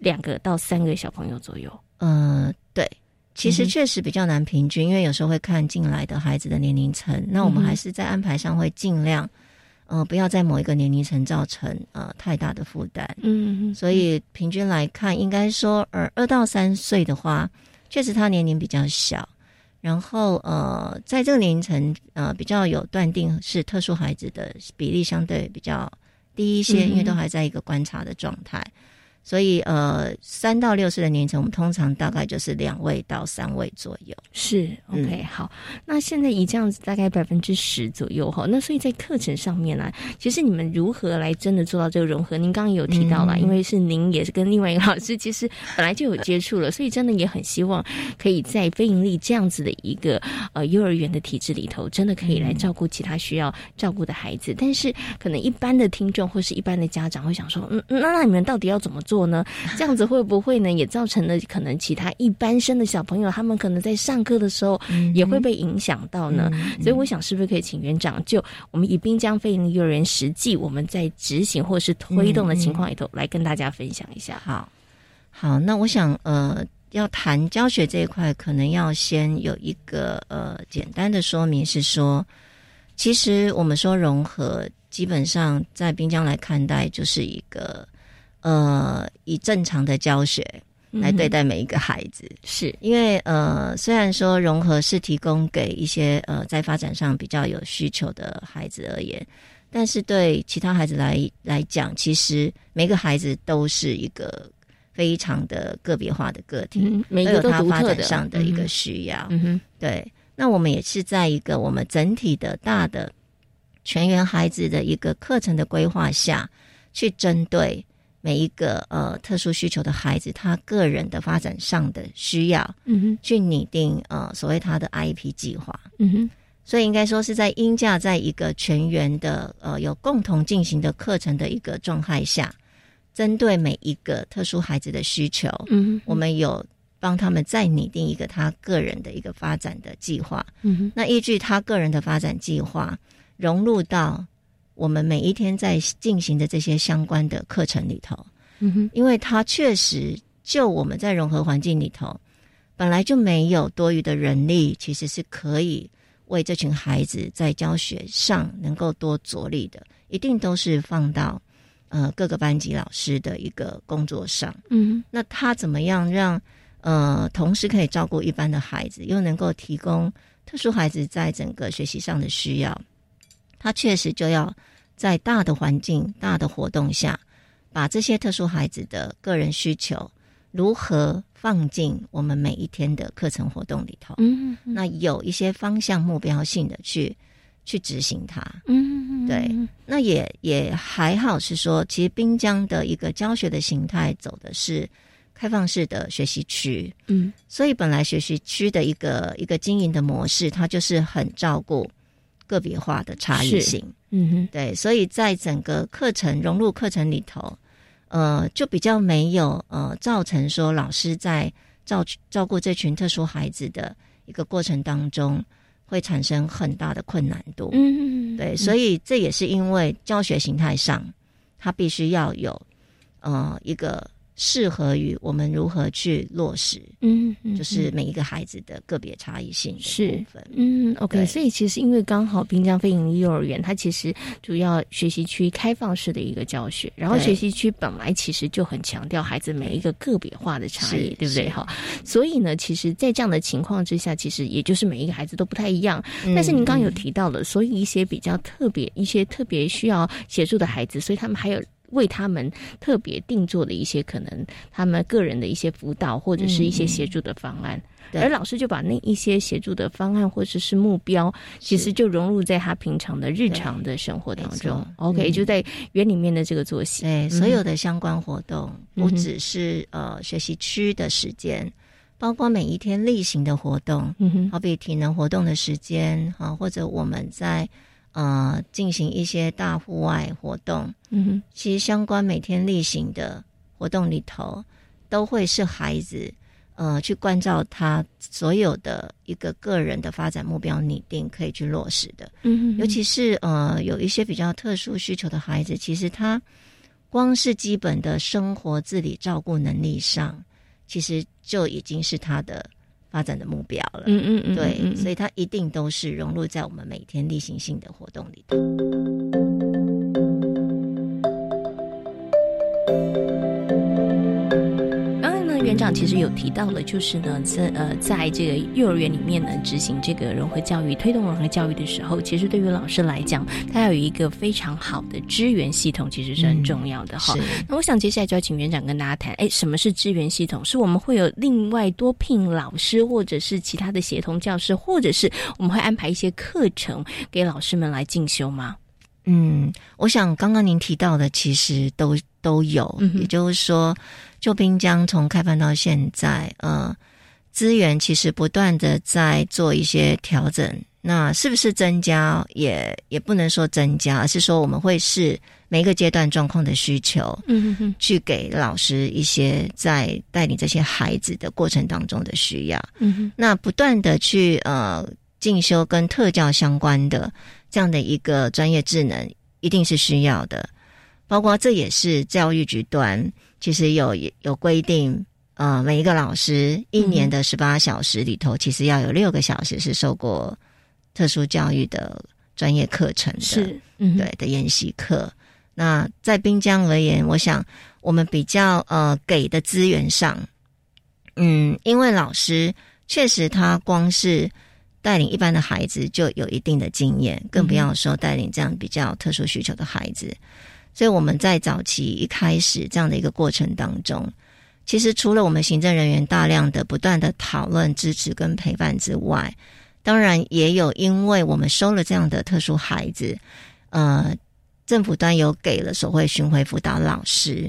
两个到三个小朋友左右，
嗯、呃，对。其实确实比较难平均，因为有时候会看进来的孩子的年龄层，那我们还是在安排上会尽量。呃，不要在某一个年龄层造成呃太大的负担。
嗯，
所以平均来看，应该说，呃，二到三岁的话，确实他年龄比较小。然后呃，在这个年龄层呃比较有断定是特殊孩子的比例相对比较低一些，嗯、因为都还在一个观察的状态。所以，呃，三到六岁的年龄层，我们通常大概就是两位到三位左右。
是，OK，、嗯、好。那现在以这样子大概百分之十左右哈，那所以在课程上面呢、啊，其实你们如何来真的做到这个融合？您刚刚有提到了，嗯、因为是您也是跟另外一个老师，其实本来就有接触了，所以真的也很希望可以在非盈利这样子的一个呃幼儿园的体制里头，真的可以来照顾其他需要照顾的孩子。嗯、但是可能一般的听众或是一般的家长会想说，嗯，那那你们到底要怎么做？做呢？ 这样子会不会呢？也造成了可能其他一般生的小朋友，他们可能在上课的时候也会被影响到呢。嗯嗯、所以我想，是不是可以请园长就我们以滨江飞营幼儿园实际我们在执行或是推动的情况里头，来跟大家分享一下？嗯、
好，好，那我想呃，要谈教学这一块，可能要先有一个呃简单的说明，是说，其实我们说融合，基本上在滨江来看待，就是一个。呃，以正常的教学来对待每一个孩子，嗯、
嗯是
因为呃，虽然说融合是提供给一些呃在发展上比较有需求的孩子而言，但是对其他孩子来来讲，其实每个孩子都是一个非常的个别化的个体，
嗯、每个
都有他发展
的
上的一个需要。
嗯哼，
对。那我们也是在一个我们整体的大的全员孩子的一个课程的规划下去针对。每一个呃特殊需求的孩子，他个人的发展上的需要，
嗯哼，
去拟定呃所谓他的 IEP 计划，
嗯哼，
所以应该说是在应价在一个全员的呃有共同进行的课程的一个状态下，针对每一个特殊孩子的需求，
嗯，
我们有帮他们再拟定一个他个人的一个发展的计划，
嗯哼，
那依据他个人的发展计划融入到。我们每一天在进行的这些相关的课程里头，
嗯哼，
因为它确实就我们在融合环境里头，本来就没有多余的人力，其实是可以为这群孩子在教学上能够多着力的，一定都是放到呃各个班级老师的一个工作上，
嗯，
那他怎么样让呃同时可以照顾一般的孩子，又能够提供特殊孩子在整个学习上的需要？他确实就要在大的环境、大的活动下，把这些特殊孩子的个人需求如何放进我们每一天的课程活动里头。
嗯,嗯，
那有一些方向、目标性的去去执行它。
嗯,嗯,嗯，
对。那也也还好，是说其实滨江的一个教学的形态走的是开放式的学习区。
嗯，
所以本来学习区的一个一个经营的模式，它就是很照顾。个别化的差异性，
嗯哼，
对，所以在整个课程融入课程里头，呃，就比较没有呃造成说老师在照照顾这群特殊孩子的一个过程当中会产生很大的困难度，
嗯
嗯，对，所以这也是因为教学形态上，它必须要有呃一个适合于我们如何去落实，
嗯，嗯
就是每一个孩子的个别差异性的部分，
嗯。OK，所以其实因为刚好滨江非营利幼儿园，它其实主要学习区开放式的一个教学，然后学习区本来其实就很强调孩子每一个个别化的差异，对不对？哈，所以呢，其实，在这样的情况之下，其实也就是每一个孩子都不太一样。嗯、但是您刚刚有提到了，所以一些比较特别、一些特别需要协助的孩子，所以他们还有为他们特别定做的一些可能他们个人的一些辅导或者是一些协助的方案，嗯、而老师就把那一些协助的方案或者是目标，其实就融入在他平常的日常的生活当中。OK，、嗯、就在园里面的这个作息，
对、嗯、所有的相关活动，不只是呃学习区的时间。包括每一天例行的活动，嗯、好比体能活动的时间啊，或者我们在呃进行一些大户外活动，嗯、其实相关每天例行的活动里头，都会是孩子呃去关照他所有的一个个人的发展目标拟定可以去落实的。嗯、尤其是呃有一些比较特殊需求的孩子，其实他光是基本的生活自理照顾能力上。其实就已经是他的发展的目标了，嗯嗯嗯，对，所以他一定都是融入在我们每天例行性的活动里
头。刚才呢，园长其实有提到了，就是呢，在呃，在这个幼儿园里面呢，执行这个融合教育、推动融合教育的时候，其实对于老师来讲，他要有一个非常好的支援系统，其实是很重要的哈。嗯那我想接下来就要请园长跟大家谈，哎，什么是支援系统？是我们会有另外多聘老师，或者是其他的协同教师，或者是我们会安排一些课程给老师们来进修吗？
嗯，我想刚刚您提到的其实都都有，嗯、也就是说，旧滨江从开办到现在，呃，资源其实不断的在做一些调整。那是不是增加也也不能说增加，而是说我们会视每一个阶段状况的需求，嗯哼，去给老师一些在带领这些孩子的过程当中的需要，嗯哼，那不断的去呃进修跟特教相关的这样的一个专业技能，一定是需要的，包括这也是教育局端其实有有规定。呃，每一个老师一年的十八小时里头，嗯、其实要有六个小时是受过特殊教育的专业课程的，
是，
嗯、对的研习课。那在滨江而言，我想我们比较呃给的资源上，嗯，因为老师确实他光是带领一般的孩子就有一定的经验，更不要说带领这样比较特殊需求的孩子。嗯、所以我们在早期一开始这样的一个过程当中。其实除了我们行政人员大量的不断的讨论、支持跟陪伴之外，当然也有因为我们收了这样的特殊孩子，呃，政府端有给了所谓巡回辅导老师，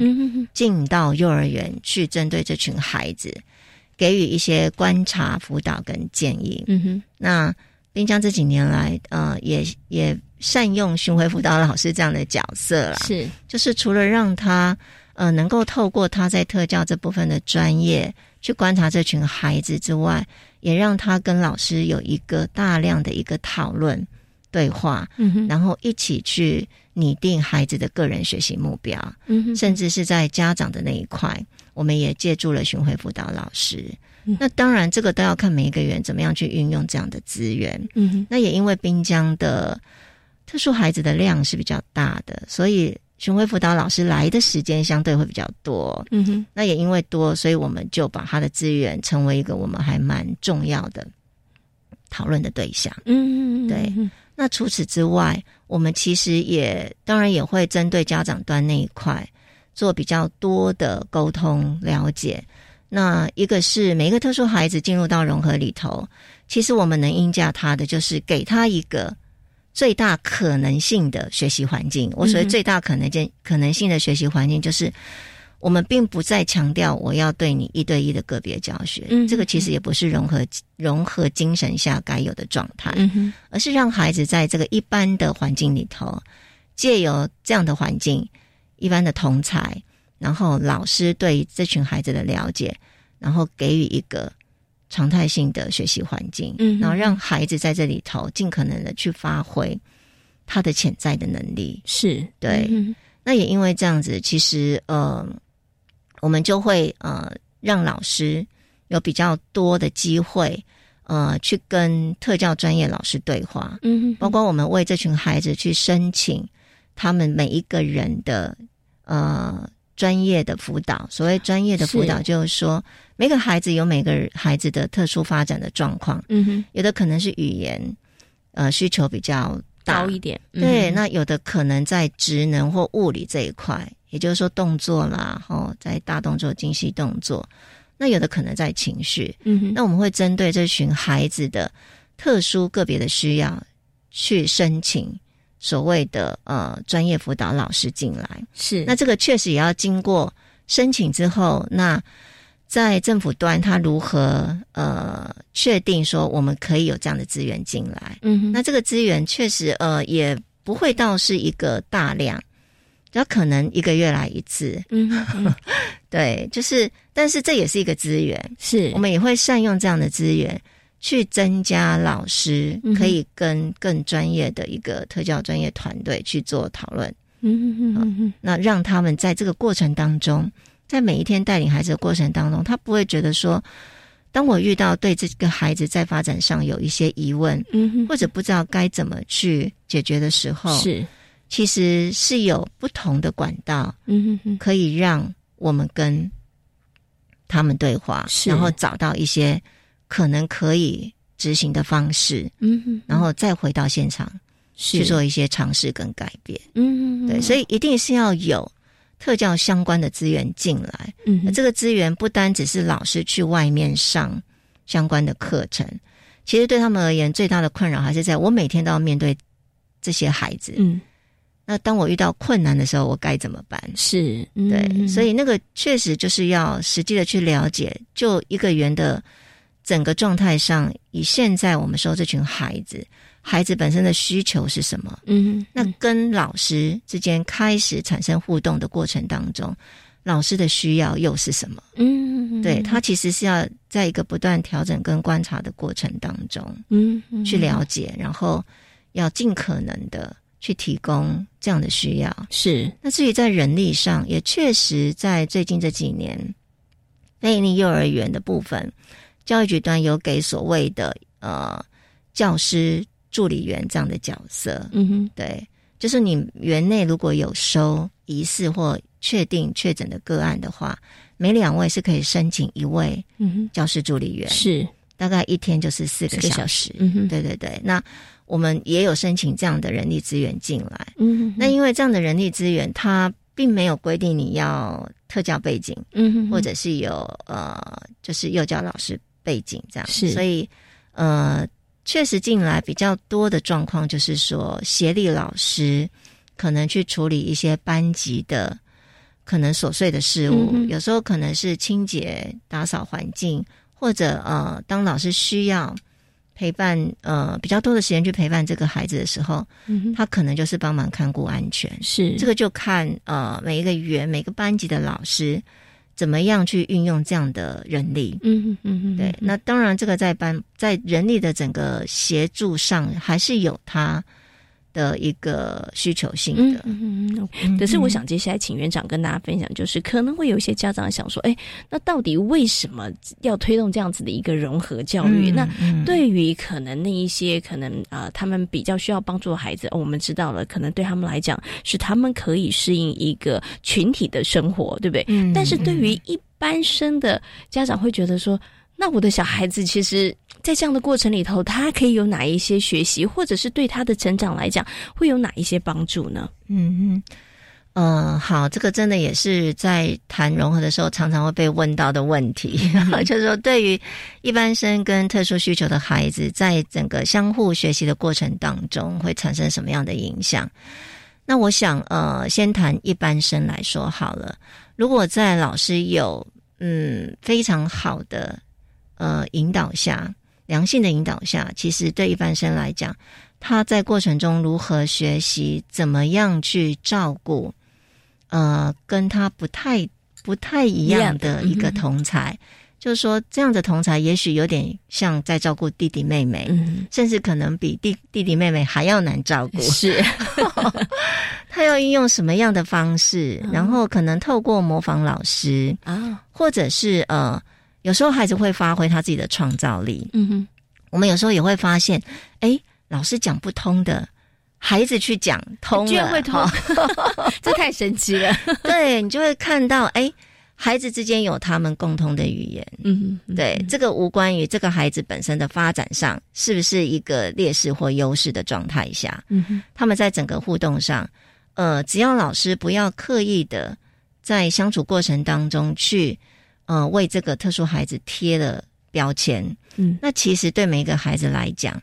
进到幼儿园去针对这群孩子给予一些观察、辅导跟建议。嗯哼，那滨江这几年来，呃，也也善用巡回辅导老师这样的角色啦，
是，
就是除了让他。呃，能够透过他在特教这部分的专业去观察这群孩子之外，也让他跟老师有一个大量的一个讨论对话，嗯、然后一起去拟定孩子的个人学习目标，嗯、甚至是在家长的那一块，我们也借助了巡回辅导老师。嗯、那当然，这个都要看每一个园怎么样去运用这样的资源。那也因为滨江的特殊孩子的量是比较大的，所以。巡回辅导老师来的时间相对会比较多，嗯哼，那也因为多，所以我们就把他的资源成为一个我们还蛮重要的讨论的对象，嗯,嗯,嗯,嗯，对。那除此之外，我们其实也当然也会针对家长端那一块做比较多的沟通了解。那一个是每一个特殊孩子进入到融合里头，其实我们能应价他的就是给他一个。最大可能性的学习环境，我所谓最大可能性、嗯、可能性的学习环境，就是我们并不再强调我要对你一对一的个别教学，嗯、这个其实也不是融合融合精神下该有的状态，嗯、而是让孩子在这个一般的环境里头，借由这样的环境，一般的同才，然后老师对这群孩子的了解，然后给予一个。常态性的学习环境，嗯，然后让孩子在这里头尽可能的去发挥他的潜在的能力，
是
对。嗯、那也因为这样子，其实呃，我们就会呃让老师有比较多的机会，呃，去跟特教专业老师对话，嗯，包括我们为这群孩子去申请他们每一个人的呃。专业的辅导，所谓专业的辅导，就是说每个孩子有每个孩子的特殊发展的状况，嗯哼，有的可能是语言呃需求比较大
高一点。
对，那有的可能在职能或物理这一块，也就是说动作啦，哦，在大动作、精细动作，那有的可能在情绪。
嗯，
那我们会针对这群孩子的特殊个别的需要去申请。所谓的呃专业辅导老师进来
是，
那这个确实也要经过申请之后，那在政府端他如何呃确定说我们可以有这样的资源进来？
嗯，
那这个资源确实呃也不会到是一个大量，只要可能一个月来一次。
嗯，嗯
对，就是但是这也是一个资源，
是
我们也会善用这样的资源。去增加老师
嗯
可以跟更专业的一个特教专业团队去做讨论，
嗯嗯嗯嗯，
那让他们在这个过程当中，在每一天带领孩子的过程当中，他不会觉得说，当我遇到对这个孩子在发展上有一些疑问，
嗯，
或者不知道该怎么去解决的时候，
是，
其实是有不同的管道，
嗯哼哼，
可以让我们跟他们对话，然后找到一些。可能可以执行的方式，
嗯哼，
然后再回到现场去做一些尝试跟改变，
嗯哼哼，
对，所以一定是要有特教相关的资源进来，
嗯，
而这个资源不单只是老师去外面上相关的课程，其实对他们而言最大的困扰还是在我每天都要面对这些孩子，
嗯，
那当我遇到困难的时候，我该怎么办？
是、
嗯、对，所以那个确实就是要实际的去了解，就一个圆的。整个状态上，以现在我们说这群孩子，孩子本身的需求是什么？
嗯，
那跟老师之间开始产生互动的过程当中，老师的需要又是什么？
嗯，
对他其实是要在一个不断调整跟观察的过程当中，
嗯，
去了解，然后要尽可能的去提供这样的需要。
是。
那至于在人力上，也确实在最近这几年，非利幼儿园的部分。教育局端有给所谓的呃教师助理员这样的角色，
嗯哼，
对，就是你园内如果有收疑似或确定确诊的个案的话，每两位是可以申请一位教师助理员，嗯、
是
大概一天就是四个小时，小时
嗯哼，
对对对。那我们也有申请这样的人力资源进来，
嗯哼，
那因为这样的人力资源它。并没有规定你要特教背景，
嗯哼，
或者是有呃，就是幼教老师背景这样，
是，
所以呃，确实进来比较多的状况就是说，协力老师可能去处理一些班级的可能琐碎的事物，
嗯、
有时候可能是清洁、打扫环境，或者呃，当老师需要陪伴呃比较多的时间去陪伴这个孩子的时候，
嗯、
他可能就是帮忙看顾安全，
是
这个就看呃每一个园、每个班级的老师。怎么样去运用这样的人力？
嗯嗯嗯，
对。那当然，这个在班在人力的整个协助上，还是有它的一个需求性的。
嗯嗯嗯。可是，我想接下来请园长跟大家分享，就是可能会有一些家长想说，哎，那到底为什么要推动这样子的一个融合教育？
嗯、
那对于可能那一些可能啊、呃，他们比较需要帮助的孩子、哦，我们知道了，可能对他们来讲是他们可以适应一个群体的生活，对不对？
嗯。
但是对于一班生的家长会觉得说，那我的小孩子其实，在这样的过程里头，他可以有哪一些学习，或者是对他的成长来讲，会有哪一些帮助呢？
嗯嗯，呃，好，这个真的也是在谈融合的时候，常常会被问到的问题，就是说，对于一般生跟特殊需求的孩子，在整个相互学习的过程当中，会产生什么样的影响？那我想，呃，先谈一般生来说好了。如果在老师有嗯非常好的呃引导下，良性的引导下，其实对一般生来讲，他在过程中如何学习，怎么样去照顾，呃，跟他不太不太一样的一个同才。
嗯、
就是说，这样的同才也许有点像在照顾弟弟妹妹，
嗯、
甚至可能比弟弟弟妹妹还要难照顾。
是。
他要运用什么样的方式？嗯、然后可能透过模仿老师
啊，
或者是呃，有时候孩子会发挥他自己的创造力。
嗯哼，
我们有时候也会发现，哎，老师讲不通的，孩子去讲通 了，哦
居然会通，这太神奇了。
对你就会看到，哎，孩子之间有他们共同的语言，嗯，对，嗯、这个无关于这个孩子本身的发展上是不是一个劣势或优势的状态下，嗯，他们在整个互动上，呃，只要老师不要刻意的在相处过程当中去，呃，为这个特殊孩子贴了标签，嗯，那其实对每一个孩子来讲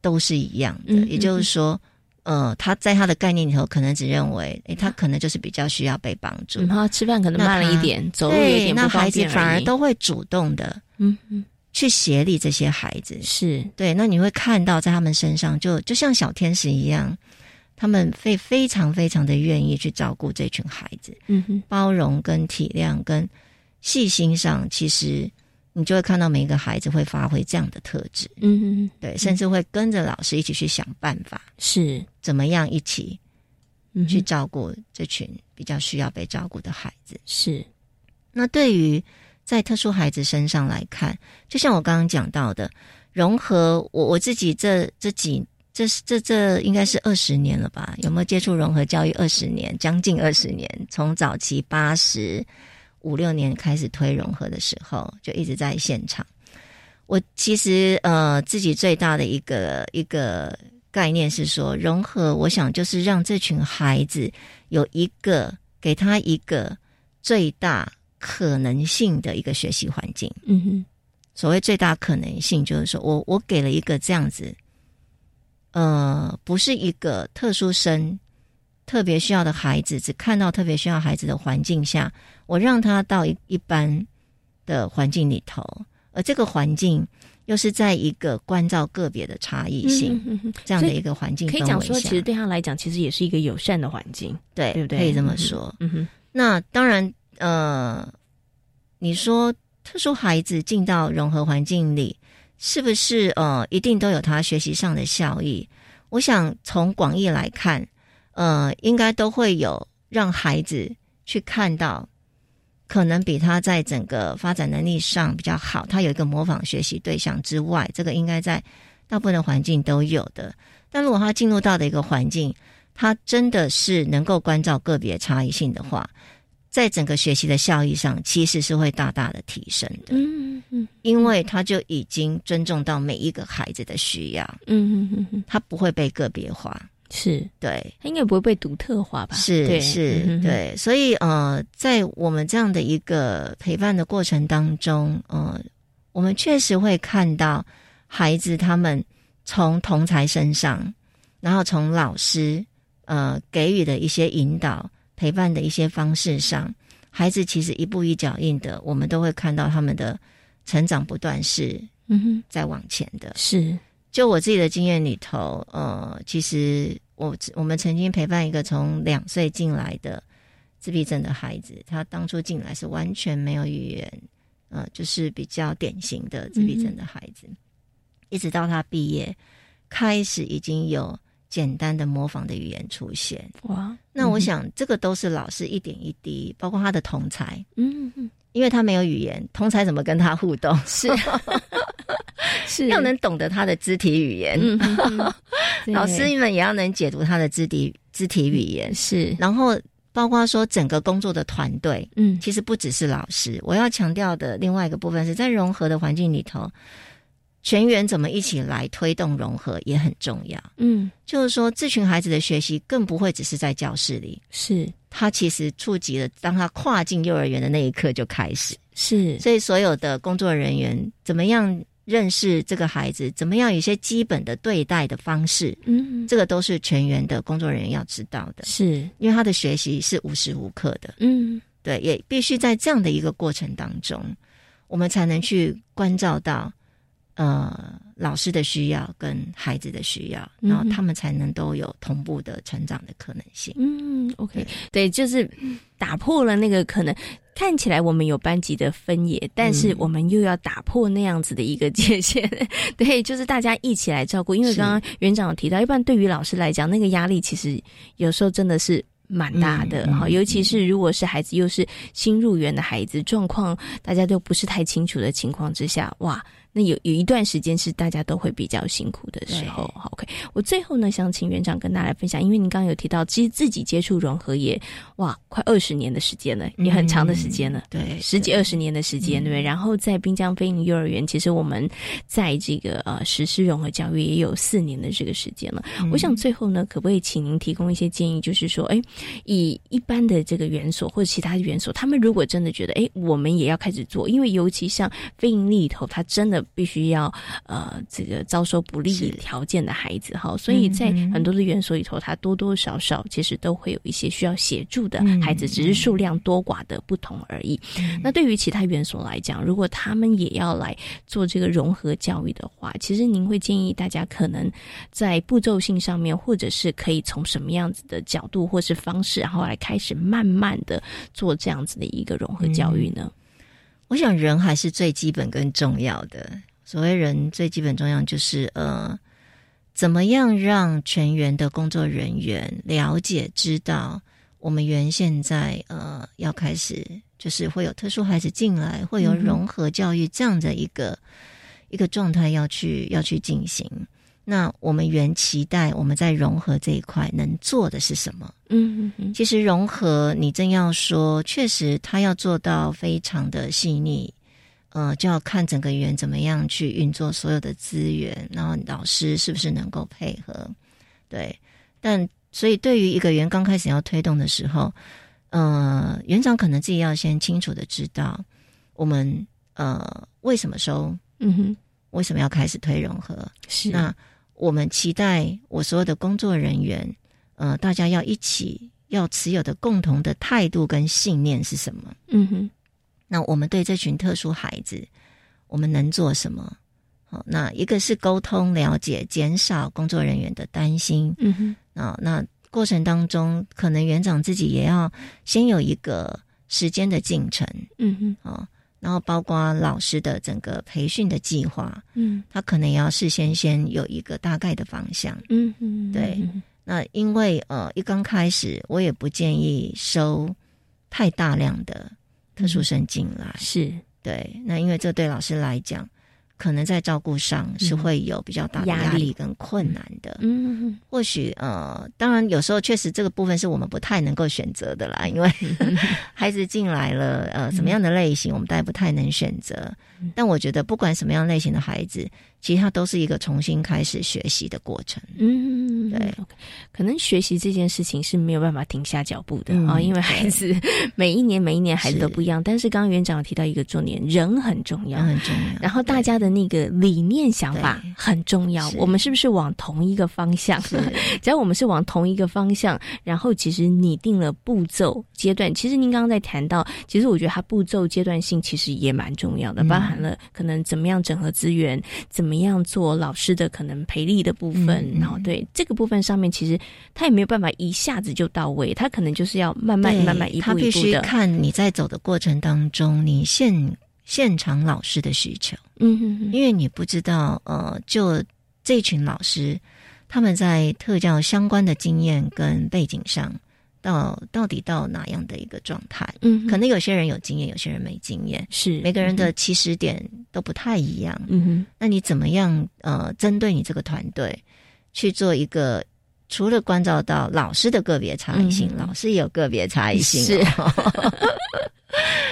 都是一样的，嗯、也就是说。呃，他在他的概念里头，可能只认为，诶，他可能就是比较需要被帮助。
然后、嗯、吃饭可能慢了一点，走路有点不
那孩子反而都会主动的，嗯嗯，去协力这些孩子。
是
对，那你会看到在他们身上就，就就像小天使一样，他们会非常非常的愿意去照顾这群孩子，嗯哼，包容跟体谅跟细心上，其实。你就会看到每一个孩子会发挥这样的特质，嗯嗯，对，甚至会跟着老师一起去想办法，
是
怎么样一起去照顾这群比较需要被照顾的孩子。
是，
那对于在特殊孩子身上来看，就像我刚刚讲到的，融合我我自己这这几这这这应该是二十年了吧？有没有接触融合教育二十年，将近二十年，从早期八十。五六年开始推融合的时候，就一直在现场。我其实呃，自己最大的一个一个概念是说，融合，我想就是让这群孩子有一个给他一个最大可能性的一个学习环境。嗯哼，所谓最大可能性，就是说我我给了一个这样子，呃，不是一个特殊生。特别需要的孩子，只看到特别需要孩子的环境下，我让他到一一般的环境里头，而这个环境又是在一个关照个别的差异性、嗯嗯、这样的一个环境
可以讲说，其实对他来讲，其实也是一个友善的环境，
对
对不对？
可以这么说。嗯哼。那当然，呃，你说特殊孩子进到融合环境里，是不是呃一定都有他学习上的效益？我想从广义来看。呃，应该都会有让孩子去看到，可能比他在整个发展能力上比较好，他有一个模仿学习对象之外，这个应该在大部分的环境都有的。但如果他进入到的一个环境，他真的是能够关照个别差异性的话，在整个学习的效益上，其实是会大大的提升的。嗯嗯嗯，因为他就已经尊重到每一个孩子的需要。嗯嗯嗯嗯，他不会被个别化。
是
对，
他应该不会被独特化吧？
是是，嗯、对，所以呃，在我们这样的一个陪伴的过程当中，呃，我们确实会看到孩子他们从同才身上，然后从老师呃给予的一些引导、陪伴的一些方式上，孩子其实一步一脚印的，我们都会看到他们的成长不断是嗯哼在往前
嗯
的，
是。
就我自己的经验里头，呃，其实我我们曾经陪伴一个从两岁进来的自闭症的孩子，他当初进来是完全没有语言，呃，就是比较典型的自闭症的孩子，嗯、一直到他毕业，开始已经有简单的模仿的语言出现。哇！那我想、嗯、这个都是老师一点一滴，包括他的同才，嗯嗯，因为他没有语言，同才怎么跟他互动？
是。
要能懂得他的肢体语言，嗯、 老师们也要能解读他的肢体肢体语言。
是，
然后包括说整个工作的团队，嗯，其实不只是老师。我要强调的另外一个部分是在融合的环境里头，全员怎么一起来推动融合也很重要。嗯，就是说这群孩子的学习更不会只是在教室里，
是
他其实触及了，当他跨进幼儿园的那一刻就开始。
是，
所以所有的工作人员怎么样？认识这个孩子怎么样，有些基本的对待的方式，嗯，这个都是全员的工作人员要知道的，
是
因为他的学习是无时无刻的，嗯，对，也必须在这样的一个过程当中，我们才能去关照到呃老师的需要跟孩子的需要，嗯、然后他们才能都有同步的成长的可能性。
嗯，OK，对,对，就是打破了那个可能。看起来我们有班级的分野，但是我们又要打破那样子的一个界限， 嗯、对，就是大家一起来照顾。因为刚刚园长有提到，一般对于老师来讲，那个压力其实有时候真的是蛮大的哈，嗯嗯、尤其是如果是孩子又是新入园的孩子，状况大家都不是太清楚的情况之下，哇，
那有有一段时间是大家都会比较辛苦的时候。好，OK，我最后呢想请园长跟大家分享，因为您刚刚有提到，其实自己接触融合也哇快二十年的时间了，也很长的时间了，
嗯、对，嗯
十几二十年的时间，对不对？然后在滨江飞鹰幼儿园，其实我们在这个呃实施融合教育也有四年的这个时间了。嗯、我想最后呢，可不可以请您提供一些建议，就是说，哎，以一般的这个园所或者其他的园所，他们如果真的觉得，哎，我们也要开始做，因为尤其像非营利里头，他真的必须要呃这个遭受不利条件的孩子哈，所以在
嗯
很多的园所里头，他多多少少其实都会有一些需要协助的孩子，嗯、只是数量多寡的不同而已。嗯、那对于其他园所来讲，如果他们也要来做这个融合教育的话，其实您会建议大家可能在步骤性上面，或者是可以从什么样子的角度或是方式，然后来开始慢慢的做这样子的一个融合教育呢？
嗯、我想人还是最基本跟重要的。所谓人最基本重要就是呃，怎么样让全员的工作人员了解知道我们园现在呃要开始就是会有特殊孩子进来，会有融合教育这样的一个、嗯、一个状态要去要去进行。那我们原期待我们在融合这一块能做的是什么？
嗯嗯嗯。
其实融合，你真要说，确实它要做到非常的细腻，呃，就要看整个园怎么样去运作所有的资源，然后老师是不是能够配合？对。但所以对于一个园刚开始要推动的时候，呃，园长可能自己要先清楚的知道我们呃为什么收，
嗯哼，
为什么要开始推融合？
是
那。我们期待我所有的工作人员，呃，大家要一起要持有的共同的态度跟信念是什么？
嗯哼。
那我们对这群特殊孩子，我们能做什么？好、哦，那一个是沟通了解，减少工作人员的担心。
嗯哼。
啊、哦，那过程当中，可能园长自己也要先有一个时间的进程。
嗯哼。
啊、哦。然后包括老师的整个培训的计划，
嗯，
他可能也要事先先有一个大概的方向，
嗯嗯，
对。那因为呃，一刚开始我也不建议收太大量的特殊生进来，嗯、
是
对。那因为这对老师来讲，可能在照顾上是会有比较大的嗯压力跟困难的，
嗯，嗯
或许呃，当然有时候确实这个部分是我们不太能够选择的啦， 因为孩子进来了，呃，什么样的类型我们大家不太能选择，嗯、但我觉得不管什么样类型的孩子。其实它都是一个重新开始学习的过程。
嗯，
对
，okay. 可能学习这件事情是没有办法停下脚步的啊、嗯哦，因为孩子 每一年每一年孩子都不一样。是但是刚刚园长提到一个重点，人很重要，
很重要。
然后大家的那个理念想法很重要。我们是不是往同一个方向？只要我们是往同一个方向，然后其实拟定了步骤阶段。其实您刚刚在谈到，其实我觉得它步骤阶段性其实也蛮重要的，
嗯
包含了可能怎么样整合资源，怎么。怎么样做老师的可能培力的部分，嗯嗯、然后对这个部分上面，其实他也没有办法一下子就到位，他可能就是要慢慢、慢慢一步一步的。他
必须看你在走的过程当中，你现现场老师的需求，
嗯哼哼，
因为你不知道，呃，就这群老师他们在特教相关的经验跟背景上，到到底到哪样的一个状态？
嗯，
可能有些人有经验，有些人没经验，
是
每个人的起始点。嗯都不太一样，
嗯哼，
那你怎么样？呃，针对你这个团队去做一个，除了关照到老师的个别差异性，嗯、老师也有个别差异性、
哦，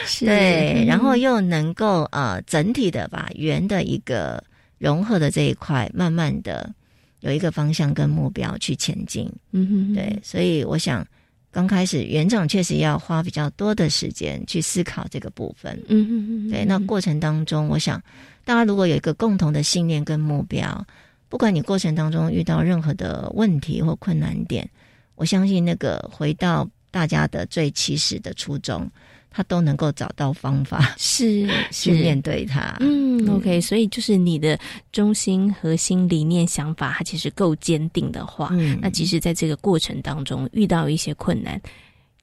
是，
对，嗯然后又能够呃整体的把圆的一个融合的这一块，慢慢的有一个方向跟目标去前进，
嗯哼,哼，
对，所以我想。刚开始，园长确实要花比较多的时间去思考这个部分。
嗯嗯嗯，
对。那过程当中，我想大家如果有一个共同的信念跟目标，不管你过程当中遇到任何的问题或困难点，我相信那个回到大家的最起始的初衷。他都能够找到方法，
是
去面对它。
嗯,嗯，OK，所以就是你的中心核心理念想法，它其实够坚定的话，
嗯、
那即使在这个过程当中遇到一些困难。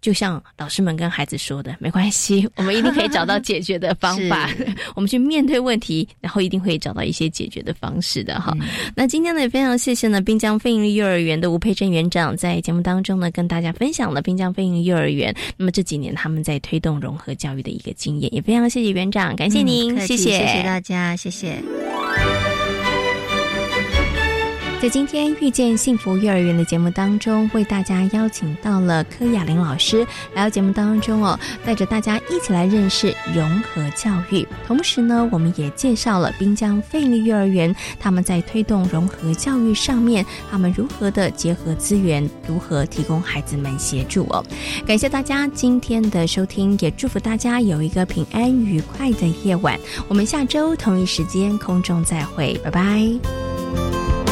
就像老师们跟孩子说的，没关系，我们一定可以找到解决的方法。 我们去面对问题，然后一定会找到一些解决的方式的哈。嗯、那今天呢，也非常谢谢呢滨江飞营幼儿园的吴佩珍园长，在节目当中呢跟大家分享了滨江飞营幼儿园。那么这几年他们在推动融合教育的一个经验，也非常谢谢园长，感谢您，嗯、谢谢，
谢谢大家，谢谢。
在今天遇见幸福幼儿园的节目当中，为大家邀请到了柯雅玲老师来到节目当中哦，带着大家一起来认识融合教育。同时呢，我们也介绍了滨江费力幼儿园他们在推动融合教育上面，他们如何的结合资源，如何提供孩子们协助哦。感谢大家今天的收听，也祝福大家有一个平安愉快的夜晚。我们下周同一时间空中再会，拜拜。